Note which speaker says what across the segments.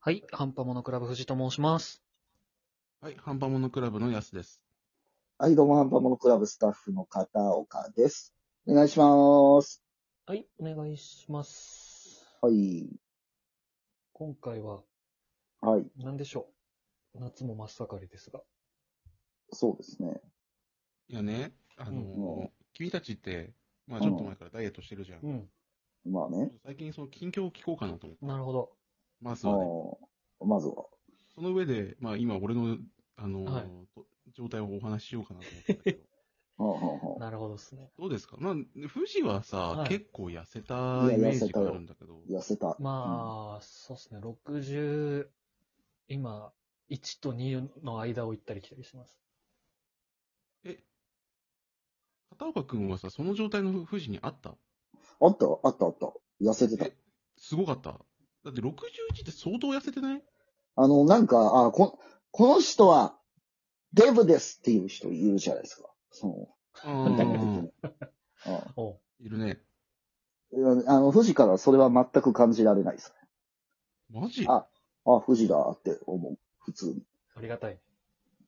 Speaker 1: はい、ハンパモノクラブ藤と申します。
Speaker 2: はい、ハンパモノクラブのやすです。
Speaker 3: はい、どうも、ハンパモノクラブスタッフの片岡です。お願いします。
Speaker 1: はい、お願いします。
Speaker 3: はい。
Speaker 1: 今回は
Speaker 3: はい、
Speaker 1: 何でしょう夏も真っ盛りですが。
Speaker 3: そうですね。
Speaker 2: いやね、あのー
Speaker 3: うん
Speaker 2: 君たちって、まあちょっと前からダイエットしてるじゃん。
Speaker 1: うん、
Speaker 3: まあね。
Speaker 2: 最近その近況を聞こうかなと思って。
Speaker 1: なるほど。
Speaker 2: まず
Speaker 3: あ
Speaker 2: はね、
Speaker 3: ーまずは。
Speaker 2: その上で、まあ今俺の、あのー
Speaker 1: はい
Speaker 2: と状態をお話ししようかなと思ったんだけ ど、
Speaker 3: はあは
Speaker 1: なるほどですね。
Speaker 2: どうですかまあ、富士はさ、
Speaker 1: はい
Speaker 2: 結構痩せたイメージがあるんだけど、
Speaker 3: あはあ、痩せた。
Speaker 1: まあ、そうですね、60、今、1と2の間を行ったり来たりします。
Speaker 2: 片岡くんはさ、その状態の富士にあった
Speaker 3: あった、あった、あった。痩せてた
Speaker 2: え。すごかった。だって61って相当痩せて ない
Speaker 3: あの、なんか、あここの人は、デブですっていう人いるじゃないですか。その、具体的に。あ
Speaker 1: おう
Speaker 2: いるね。
Speaker 3: あの、富士からそれは全く感じられないです。
Speaker 2: マジ
Speaker 3: ああ、富士だって思う。普通に。
Speaker 1: ありがたい。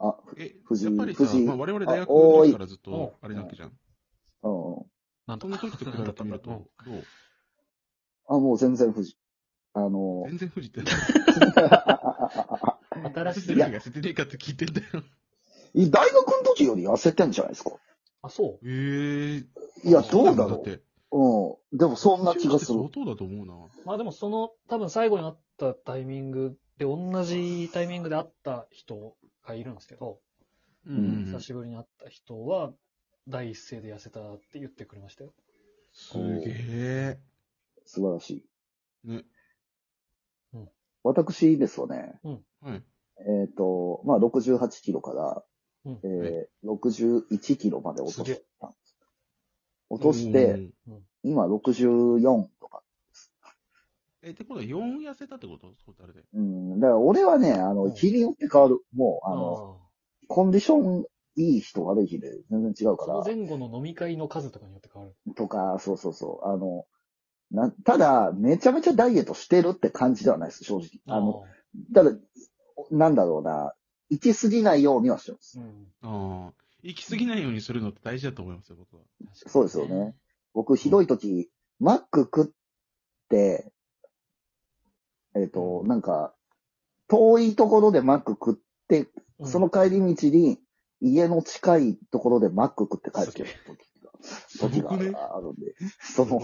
Speaker 3: あ、
Speaker 2: え、
Speaker 3: 藤井
Speaker 2: やっぱりさ、
Speaker 3: 藤井
Speaker 2: まあ、我々大学
Speaker 3: あおー
Speaker 2: の時
Speaker 3: い
Speaker 2: からずっとあれなわけじゃん。
Speaker 3: うん。
Speaker 1: なん
Speaker 2: その時と比べてみると、ど
Speaker 3: あ、もう全然富士。あ
Speaker 2: う
Speaker 3: の、
Speaker 2: 全然富士って、
Speaker 1: 新
Speaker 2: 痩せ
Speaker 1: してい。
Speaker 2: るか痩せてねえかって聞いてんだよ。
Speaker 3: い大学の時より痩せてんじゃないですか。
Speaker 1: あ、そう。
Speaker 2: ええ
Speaker 3: いや、どうだろ
Speaker 2: って。
Speaker 3: う。うん。でもそんな気がす
Speaker 2: 相
Speaker 3: る。
Speaker 2: 当だと思うな。
Speaker 1: まあでも、その、多分最後に会ったタイミングで、同じタイミングで会った人がいるんですけど、
Speaker 2: うん
Speaker 1: 久しぶりに会った人は、第一声で痩せたって言ってくれましたよ。
Speaker 2: すげえ。
Speaker 3: 素晴らしい。
Speaker 2: ね。
Speaker 3: 私ですよね。
Speaker 2: はい。
Speaker 3: えっ、と、まあ、68キロから、
Speaker 1: うん
Speaker 3: えー、61キロまで落と
Speaker 1: すげえ
Speaker 3: したんです。落として、
Speaker 2: て。
Speaker 3: 今64とか。
Speaker 2: え、ってことは4痩せたってことトータルで。
Speaker 3: うん。だから俺はね、あ
Speaker 1: う
Speaker 3: の、
Speaker 1: ん
Speaker 3: 日によって変わる。もう、あの、
Speaker 1: あ
Speaker 3: コンディションいい日と悪い日で全然違う
Speaker 1: あ
Speaker 3: か
Speaker 1: その
Speaker 3: ら。
Speaker 1: 前後の飲み会の数とかによって変わる。
Speaker 3: とか、そうそうそう。あの、な、ただ、めちゃめちゃダイエットしてるって感じではないです、正直。あの、ただ、なんだろうな、行き過ぎないようにはしてます
Speaker 1: う。ん、
Speaker 2: ああ。行き過ぎないようにするのって大事だと思いますよ、僕は。
Speaker 1: 確かに
Speaker 3: そうですよね。僕、ひどい時、マック食って、えっ、と、なんか、遠いところでマック食って、
Speaker 1: うん
Speaker 3: その帰り道に、家の近いところでマック食って帰ってくる
Speaker 2: す
Speaker 3: 時
Speaker 2: ご
Speaker 3: が、
Speaker 2: く
Speaker 3: 時
Speaker 2: ね。
Speaker 3: があるんで、その、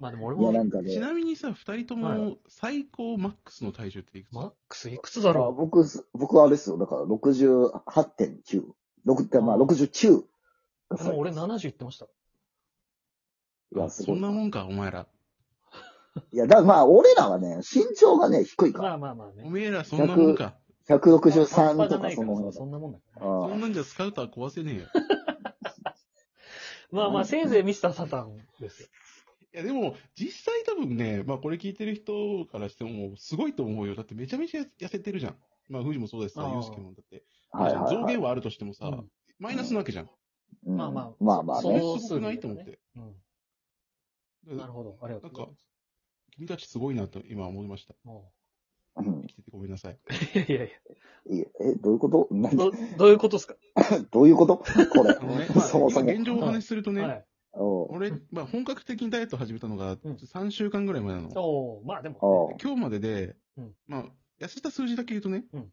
Speaker 1: まあでも俺
Speaker 3: いや、な
Speaker 1: も、
Speaker 3: んかね、
Speaker 2: ちなみにさ、2人と
Speaker 1: は
Speaker 2: も最高マックスの体重っていくつ
Speaker 1: マックスいくつだ
Speaker 3: あ
Speaker 1: ろ
Speaker 3: 僕す、僕はあれですよ。だから68.9。6まあ
Speaker 1: あ
Speaker 3: 69
Speaker 1: う
Speaker 3: が
Speaker 1: で
Speaker 3: 最
Speaker 1: も
Speaker 3: 高。
Speaker 1: 俺70いってました。
Speaker 3: いや、す
Speaker 2: そ
Speaker 3: ご
Speaker 2: ん
Speaker 3: い
Speaker 2: な。もんか、お前ら。
Speaker 3: いや、だまあ、俺らはね、身長がね、低い
Speaker 1: ま
Speaker 3: か
Speaker 1: あまあまあね
Speaker 2: お。めえらそんなもんか。
Speaker 3: ら。
Speaker 1: まあ
Speaker 3: 163
Speaker 1: 半端じゃ
Speaker 3: と
Speaker 1: な
Speaker 3: か、
Speaker 1: いか
Speaker 3: そ
Speaker 1: ら
Speaker 3: の
Speaker 1: そんなもんだからね。
Speaker 2: そん
Speaker 3: 辺。
Speaker 2: なんじゃスカウター壊せねえよ。
Speaker 1: まあまあ、せいぜいミスターサタンですよ。
Speaker 2: いやでも、実際多分ね、まあこれ聞いてる人からしても、すごいと思うよ。だってめちゃめちゃ痩せてるじゃん。まあ、富士もそうです
Speaker 1: あ
Speaker 2: さ、
Speaker 1: ー
Speaker 2: ユースケもだって。
Speaker 3: はいはい
Speaker 2: 増
Speaker 3: はい
Speaker 2: 減はあるとしてもさ、
Speaker 1: うん
Speaker 2: マイナスなわけじゃん。
Speaker 3: うん
Speaker 1: まあまあ
Speaker 3: まあまあ
Speaker 2: それ
Speaker 3: ね。
Speaker 2: すごくないと思って。
Speaker 1: うん。
Speaker 2: だか
Speaker 1: な
Speaker 2: ら
Speaker 1: るほど。ありがとうございます。
Speaker 2: 君たちすごいなと今思いました。
Speaker 1: も
Speaker 3: うん
Speaker 2: 生きててごめんなさい。
Speaker 1: ういやいやい
Speaker 3: いやえ、どういうこと
Speaker 1: や。
Speaker 3: 何
Speaker 1: ど、どういうことですか
Speaker 3: どういうことこれ
Speaker 2: あ。のね、まあ、
Speaker 3: そもそも
Speaker 2: 今現状をお話しするとね、
Speaker 1: はい。
Speaker 3: おう
Speaker 2: 俺、まあ本格的にダイエット始めたのが
Speaker 1: うん
Speaker 2: 3週間ぐらい前なの。
Speaker 1: おーまあでも、
Speaker 3: おう
Speaker 2: 今日までで、
Speaker 1: うん
Speaker 2: まあ、痩せた数字だけ言うとね、
Speaker 3: うん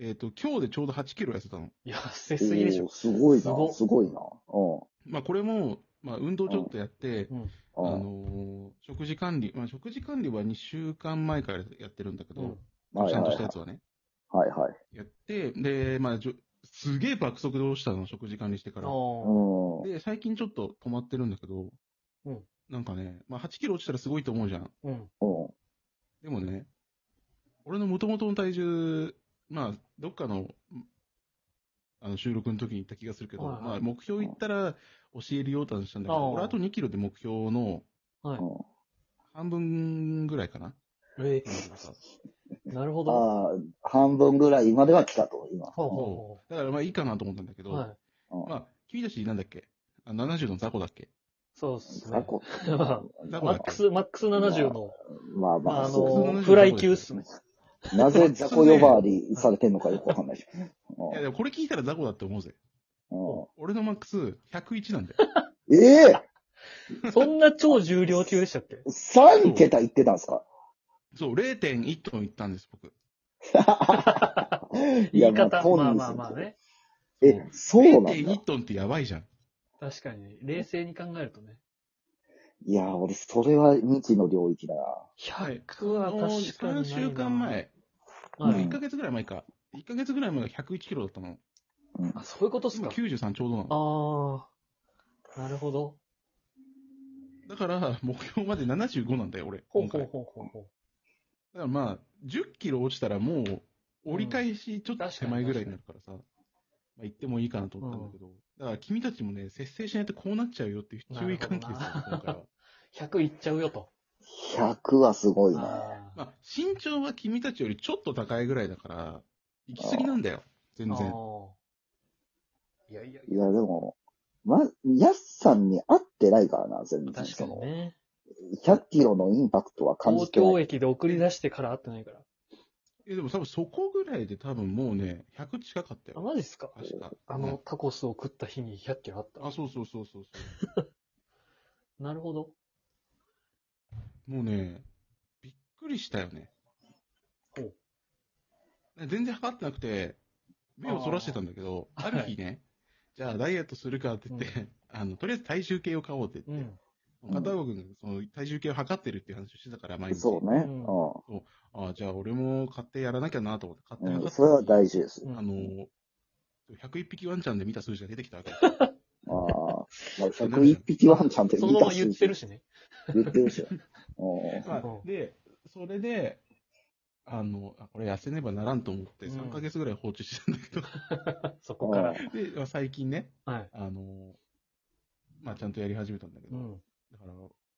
Speaker 2: えっ、と、今日でちょうど8キロ痩せたの。
Speaker 1: 痩せすぎでし
Speaker 3: お
Speaker 1: ょ
Speaker 3: う。すごい
Speaker 1: すご
Speaker 3: な。すごいな。お
Speaker 2: まあこれも、まあ運動ちょっとやって、
Speaker 1: うん。
Speaker 3: う
Speaker 2: あ
Speaker 3: ん。うん。
Speaker 2: のー食事管理、まあ、食事管理は2週間前からやってるんだけ
Speaker 1: う
Speaker 2: ど
Speaker 1: ん、
Speaker 3: はい
Speaker 2: ちゃ
Speaker 3: はい
Speaker 2: んと
Speaker 3: は
Speaker 2: したや
Speaker 3: い。
Speaker 2: つはね。
Speaker 3: はいはい。
Speaker 2: やって、で、まあ、じょすげえ爆速で落ちたの、食事管理してから。
Speaker 1: おー
Speaker 3: うん。
Speaker 2: で、最近ちょっと止まってるんだけど、
Speaker 1: うん
Speaker 2: なんかね、まあ、8キロ落ちたらすごいと思うじゃん。
Speaker 1: うん。
Speaker 3: うん
Speaker 2: でもね、俺の元々の体重、まあ、どっかの、あの収録の時に言った気がするけど、
Speaker 1: はいはい
Speaker 2: まあ、目標言ったら教えるようとはしたんだけ
Speaker 1: ああ
Speaker 2: ど、俺あと2キロで目標の
Speaker 1: はい。
Speaker 3: うん。
Speaker 2: 半分ぐらいかな。
Speaker 1: え
Speaker 2: なんだけどさ
Speaker 1: ーなるほど。
Speaker 3: ああ、半分ぐらいまでは来たと、今。
Speaker 1: ほうほ
Speaker 2: だからまあいいかなと思ったんだけ
Speaker 1: う
Speaker 2: ど、
Speaker 1: ほう。はい。
Speaker 2: まあ、君たちなんだっけあ ?70 の雑魚だっけ
Speaker 1: そうです
Speaker 3: ザ
Speaker 1: ね。
Speaker 3: コ。
Speaker 1: まあ
Speaker 2: ザコ
Speaker 1: マ
Speaker 2: だ
Speaker 1: ック
Speaker 2: っけ
Speaker 1: ス、マックス70の、
Speaker 3: ま
Speaker 1: ま
Speaker 3: あま
Speaker 1: あ、
Speaker 3: あ、
Speaker 1: あ
Speaker 3: そう
Speaker 1: の
Speaker 2: そう
Speaker 1: フライ級っすね。
Speaker 3: なぜ雑魚呼ばわりされてんのかよくわかんないし。
Speaker 2: いや、でもこれ聞いたら雑魚だって思うぜ。
Speaker 3: うんうん
Speaker 2: 俺のマックス101なんだよ。
Speaker 3: ええ
Speaker 1: そんな超重量級でしたっけ
Speaker 3: 三 !3 桁言ってたんですか
Speaker 2: そう、0.1トンいったんです、僕。
Speaker 3: い
Speaker 1: 言
Speaker 3: や
Speaker 1: い方、
Speaker 3: まあ
Speaker 1: まあまあまあね。
Speaker 3: え、そうなんだ
Speaker 2: 0.2。トンってやばいじゃん。
Speaker 1: 確かに、冷静に考えるとね。
Speaker 3: いや、俺、それは未知の領域だな。
Speaker 2: はい
Speaker 1: 100は確かにないな。
Speaker 2: 3週間前、
Speaker 1: は
Speaker 3: う
Speaker 1: い
Speaker 2: 1
Speaker 3: ん。
Speaker 2: ヶ月ぐらい前か。1ヶ月ぐらい前が101キロだったの。
Speaker 3: うん
Speaker 1: あ、そういうことっす
Speaker 2: 今
Speaker 1: か。
Speaker 2: 93ちょうどなの。
Speaker 1: ああ。なるほど。
Speaker 2: だから、目標まで75なんだよ、俺。
Speaker 1: ほう
Speaker 2: 今
Speaker 1: ほ
Speaker 2: 回
Speaker 1: うほうほうほう。
Speaker 2: だからまあ、10キロ落ちたらもう、折り返しちょっと手前ぐらいになるからさ、まあ行ってもいいかなと思ったんだけど、だから君たちもね、節制しないとこうなっちゃうよっていう注意喚起です
Speaker 1: なる、ほ
Speaker 2: よ
Speaker 1: ど
Speaker 2: 今
Speaker 1: な
Speaker 2: 回は。
Speaker 1: 100いっちゃうよと。
Speaker 3: 100はすごいな。
Speaker 1: あ
Speaker 2: まあ、身長は君たちよりちょっと高いぐらいだから、行き過ぎなんだよ、
Speaker 1: ー
Speaker 2: 全
Speaker 1: あ
Speaker 2: 然。
Speaker 1: ーいやいや、
Speaker 3: いや、でも、ま、ヤスさんに会ってないからな、全然。
Speaker 1: 確
Speaker 3: そ
Speaker 1: かに
Speaker 3: の、
Speaker 1: ね。
Speaker 3: 100キロのインパクトは感
Speaker 1: 東
Speaker 3: じてな
Speaker 1: 京
Speaker 3: い。
Speaker 1: 駅で送り出してから会ってないから。
Speaker 2: えでも多分そこぐらいで多分もうね、100近かった
Speaker 1: あ、
Speaker 2: よ。
Speaker 1: マジっすか
Speaker 2: 確か。
Speaker 1: あの、タコスを食った日に100キロあった。
Speaker 2: あ、そうそうそうそうそ
Speaker 1: なるほど。
Speaker 2: う。もうね、びっくりしたよね。
Speaker 1: ほう
Speaker 2: 全然測ってなくて、目をそらしてたんだけど、
Speaker 1: あー
Speaker 2: ある日ね、じゃあダイエットするかって言って、あの、とりあえず体重計を買おうって
Speaker 1: う
Speaker 2: 言って、
Speaker 1: ん。
Speaker 3: ん
Speaker 2: 片岡君がその体重計を測ってるっていう話をしてたから、毎日。
Speaker 3: そうね。
Speaker 1: うん
Speaker 3: う
Speaker 2: ああ、じゃあ俺も買ってやらなきゃなと思って、買って
Speaker 3: ん。
Speaker 2: 測
Speaker 3: う
Speaker 2: っ
Speaker 3: ん、
Speaker 2: て、
Speaker 3: それは大事です。
Speaker 2: あのー、101匹ワンちゃんで見た数字が出てきたわけ。
Speaker 3: ああ。 まあ、101匹ワンちゃんって
Speaker 1: そのまま言ってるしね。
Speaker 3: 言ってるし。うん
Speaker 2: まあ
Speaker 1: うん
Speaker 2: で、それで、あの、あこれ痩せねばならんと思って、
Speaker 1: うん
Speaker 2: 3ヶ月ぐらい放置してたんだけど、
Speaker 1: そこから。
Speaker 2: で、まあ最近ね、
Speaker 1: はい。
Speaker 2: あの、まあ、ちゃんとやり始めたんだけ
Speaker 1: う
Speaker 2: ど、
Speaker 1: ん。
Speaker 2: だから、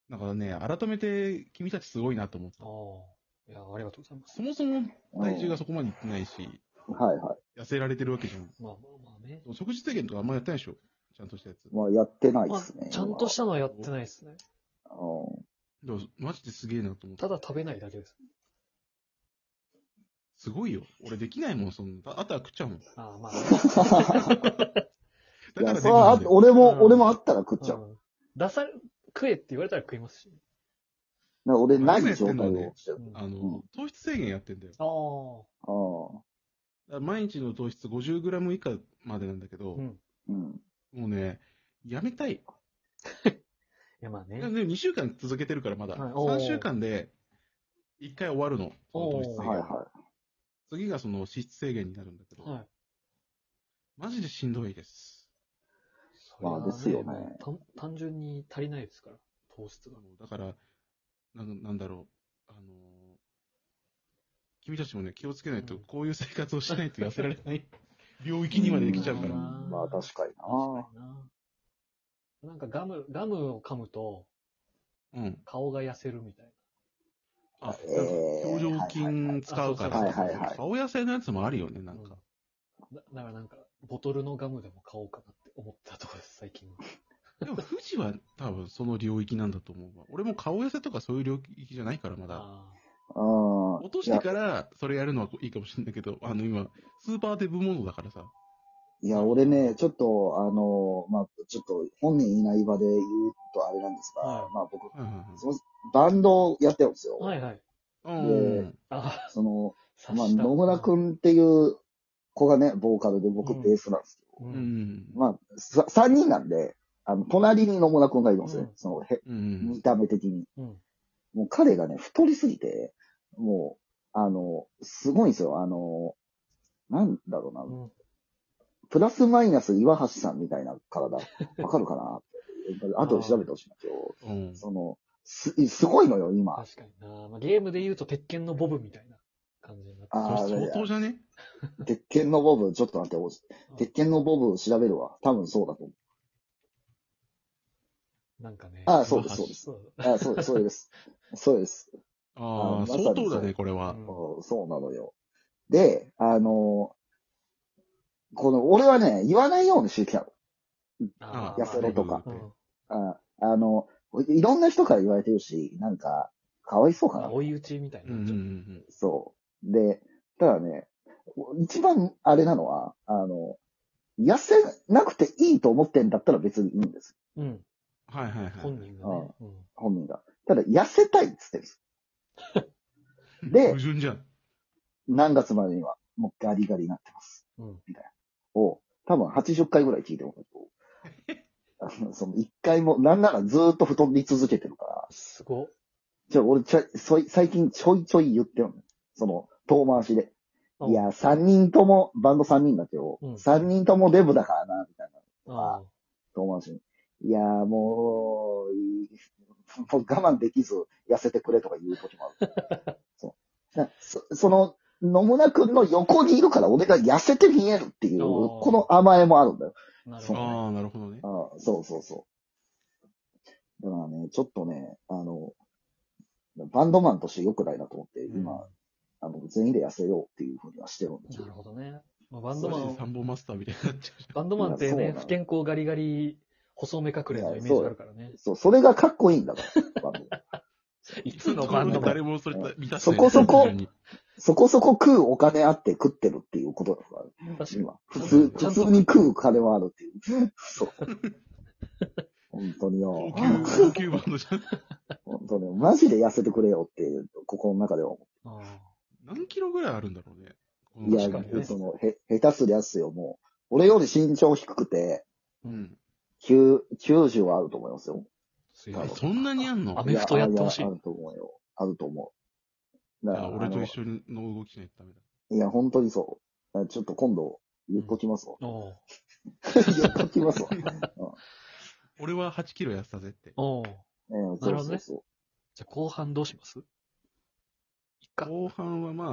Speaker 2: なんかね、改めて君たちすごいなと思った
Speaker 1: あ。あ。いや、ありがとうございます。
Speaker 2: そもそも
Speaker 3: うん
Speaker 2: 体重がそこまでいってないし、
Speaker 3: はいは
Speaker 2: 痩せられてるわけじゃん。
Speaker 1: まあまあまあね。
Speaker 2: 食事制限とかあんまやってないでしょちゃんとしたやつ。
Speaker 3: い。まあ、やってないで
Speaker 1: まあ
Speaker 3: すね。、
Speaker 1: ちゃんとしたのはやってないですね。
Speaker 3: 今はうん
Speaker 2: でもマジですげえなと思った。
Speaker 1: ただ食べないだけです。
Speaker 2: すごいよ。俺できないもん、そんな。あとは食っちゃうもん。だ
Speaker 1: ああ、まあ、
Speaker 3: い
Speaker 2: から
Speaker 3: や、
Speaker 2: できる
Speaker 3: それ
Speaker 2: ん
Speaker 3: はあ
Speaker 2: だ、よ
Speaker 3: 俺
Speaker 1: う
Speaker 3: も、
Speaker 1: ん
Speaker 3: 俺もあったら食っ ちゃう。
Speaker 1: うん出され、食えって言われたら食いますし。
Speaker 3: だから俺
Speaker 2: まあ
Speaker 3: ない状態
Speaker 2: 今やってんのはね
Speaker 3: をして
Speaker 1: うんあ
Speaker 2: あ
Speaker 3: う
Speaker 2: の
Speaker 3: ん、
Speaker 2: 糖質制限やってんだよ。
Speaker 1: あー。
Speaker 3: ああ。
Speaker 2: だから毎日の糖質 50g 以下までなんだけど、
Speaker 1: うん。い
Speaker 3: うん。
Speaker 2: もうね、やめたい。
Speaker 1: や、まあ
Speaker 2: でも
Speaker 1: ね。
Speaker 2: 2週間続けてるからまだ。
Speaker 1: はいおー
Speaker 2: 3週間で1回終わるの。その糖質
Speaker 1: う
Speaker 2: 制
Speaker 1: ん
Speaker 2: 限。
Speaker 3: はいは
Speaker 2: 次がその脂質制限になるんだけど、
Speaker 1: はい。
Speaker 2: マジでしんどいです。
Speaker 1: それは
Speaker 3: まあですよね
Speaker 1: もう単単純に足りないですから、糖質が。
Speaker 2: だから、なんなんだろう、あのー君たちもね、気をつけないと、
Speaker 1: うん
Speaker 2: こういう生活をしないと痩せられない 領域にまでできちゃうから。
Speaker 1: うん
Speaker 2: あ
Speaker 3: い。まあ確かにな。
Speaker 1: 確かにな。なんかガム、ガムを噛むと
Speaker 2: うん。
Speaker 1: 顔が痩せるみたい
Speaker 2: あ、なんか
Speaker 3: えー
Speaker 2: 表情筋使うから、
Speaker 1: はい
Speaker 3: はいはい
Speaker 2: 顔痩せのやつもあるよね、な
Speaker 1: な。
Speaker 2: んか。
Speaker 1: うんだだからなんか、ボトルのガムでも買おうかなって思ったとこです、最近は。
Speaker 2: でも、富士は多分その領域なんだと思うわ。俺も顔痩せとかそういう領域じゃないから、まだ。
Speaker 1: あ
Speaker 3: うん。
Speaker 2: 落としてから、それやるのはいいかもしれないけど、あの、今、スーパーデブモードだからさ。
Speaker 3: いや、俺ね、ちょっと、あの、まあ、ちょっと、本人いない場で言うとあれなんですが、
Speaker 1: はい
Speaker 3: まあ僕、
Speaker 2: はいはいはい
Speaker 3: その、バンドやってるんですよ。
Speaker 1: あ。はいはい。
Speaker 2: うん。
Speaker 1: あ
Speaker 3: その、
Speaker 1: あ、
Speaker 3: まあ、野村く
Speaker 1: ん。
Speaker 3: んっていう子がね、ボーカルで僕
Speaker 1: うん
Speaker 3: ベースなんですけ
Speaker 1: う。
Speaker 2: うんん
Speaker 3: ど、。まあ、さ三人なんで、あの、隣に野村くんがいるんですね。
Speaker 1: うん
Speaker 3: その、へ、
Speaker 2: うん
Speaker 3: 見た目的に。
Speaker 1: うん。
Speaker 3: もう彼がね、太りすぎて、もう、あの、すごいんですよ。あの、なんだろうな、
Speaker 1: うん
Speaker 3: プラスマイナス岩橋さんみたいな体。わかる かな後で調べてほしいんだけど、
Speaker 2: うん。
Speaker 3: その、す、すごいのよ、今。
Speaker 1: 確かにな。まあ、ゲームで言うと、鉄拳のボブみたいな感じになって
Speaker 3: あー
Speaker 2: それ相当じゃね
Speaker 3: 鉄拳のボブ、ちょっと待ってお、鉄拳のボブ調べるわ。多分そうだと思う。
Speaker 1: なんかね。
Speaker 3: ああ、そうです、そうです。
Speaker 1: そう
Speaker 3: ああ、そ うです、そうです。そうです。
Speaker 2: あ
Speaker 3: あ
Speaker 2: あ、
Speaker 3: ーまさに
Speaker 2: 相当だね、
Speaker 3: そう
Speaker 2: これは
Speaker 1: う。ん
Speaker 3: うんそうなのよ。で、あの、この、俺はね、言わないようにしてきたの。
Speaker 1: あ
Speaker 3: 痩せろとか
Speaker 1: う
Speaker 2: うん
Speaker 1: ん。
Speaker 3: ああの、いろんな人から言われてるし、なんか、かわいそうかな。
Speaker 1: 追い打ちみたい
Speaker 2: うん
Speaker 1: な。
Speaker 2: うんうん
Speaker 3: そで、ただね、一番あれなのは、あの、痩せなくていいと思ってんだったら別にいいんです。
Speaker 1: うん。
Speaker 2: はいはいはい。
Speaker 1: 本人がね。うん
Speaker 3: 本人が。ただ、痩せたいっつってるんです。で
Speaker 2: 矛盾じゃん。
Speaker 3: 何月までには、もうガリガリになってます。
Speaker 1: うん。
Speaker 3: を、多分80回ぐらい聞いてもらうとあのその一回も、なんならずーっと布団に続けてるから、
Speaker 1: すごっ。
Speaker 3: ちょ、俺ちょい、そい、最近ちょいちょい言ってるの。その、遠回しで。いや、3人とも、バンド3人だけど、
Speaker 1: うん
Speaker 3: 3人ともデブだからな、みたいな。
Speaker 1: あ
Speaker 3: 遠回しに。いやー、もう、いいもう我慢できず痩せてくれとか言う時もある。 そうだそその、野村くんの横にいるから俺が痩せて見えるっていう、
Speaker 1: あー
Speaker 3: この甘えもあるんだよ。
Speaker 1: あ。なる
Speaker 3: そう
Speaker 1: ほ
Speaker 2: ああ、なるほどね。
Speaker 3: ああそうそうそう。だからね、ちょっとね、あの、バンドマンとして良くないなと思って、今、
Speaker 2: うん
Speaker 3: あの、全員で痩せようっていうふうにはしてるんです
Speaker 1: ど。な
Speaker 3: よ
Speaker 1: る。ほどね。まあバンド
Speaker 2: そ
Speaker 1: マ
Speaker 2: して
Speaker 1: ン、
Speaker 2: 参謀マスターみたいになっちゃうじ
Speaker 1: バンドマンって
Speaker 3: いやそう
Speaker 1: ね
Speaker 3: な、の
Speaker 1: 不健康ガリガリ、細め隠れのイメージがあるからね。
Speaker 3: そう、それがかっこいいんだから、バンドマン
Speaker 1: い
Speaker 2: ゃん。
Speaker 1: つのバンドマン
Speaker 2: 誰もそれ満たして
Speaker 3: そ
Speaker 2: ない
Speaker 3: こそこ
Speaker 2: 確かに
Speaker 3: そこそこ食うお金あって食ってるっていうことだか
Speaker 1: 確
Speaker 3: ら、
Speaker 1: かに。
Speaker 3: 今。普通、
Speaker 1: ちゃ
Speaker 3: 普
Speaker 1: んと
Speaker 3: 通に食う金はあるっていう。そう。本当によ
Speaker 2: 高。級、高級バンドじゃん。
Speaker 3: 本当に。マジで痩せてくれよって、心の中では思
Speaker 1: あ
Speaker 2: 何キロぐらいあるんだろうね。こ
Speaker 3: う。
Speaker 2: の
Speaker 3: いや、
Speaker 1: 確かにね
Speaker 3: その、へ、下手すりゃっすよ、もう。俺より身長低くて、
Speaker 2: うん。
Speaker 3: 9、90はあると思いますよ。
Speaker 1: すい
Speaker 3: あ
Speaker 1: ま
Speaker 2: え
Speaker 1: せん
Speaker 2: そんなにあんの
Speaker 1: アメフトやってほしい
Speaker 3: やあると思うよ。あると思う。だ
Speaker 2: い
Speaker 3: から
Speaker 2: や俺と一
Speaker 3: あ
Speaker 2: 緒の動きしないとダメだ。
Speaker 3: のいや、本当にそう。だからちょっと今度、言っときま すわ。
Speaker 1: おう
Speaker 3: 言っと きますわ。
Speaker 2: 俺は8キロ痩せたぜって。
Speaker 1: おう
Speaker 3: ええ
Speaker 1: なるほ
Speaker 3: そう
Speaker 1: ど
Speaker 3: そう
Speaker 1: ね
Speaker 3: そう。
Speaker 1: じゃあ後半どうしますいっか。
Speaker 2: 後半はまあ、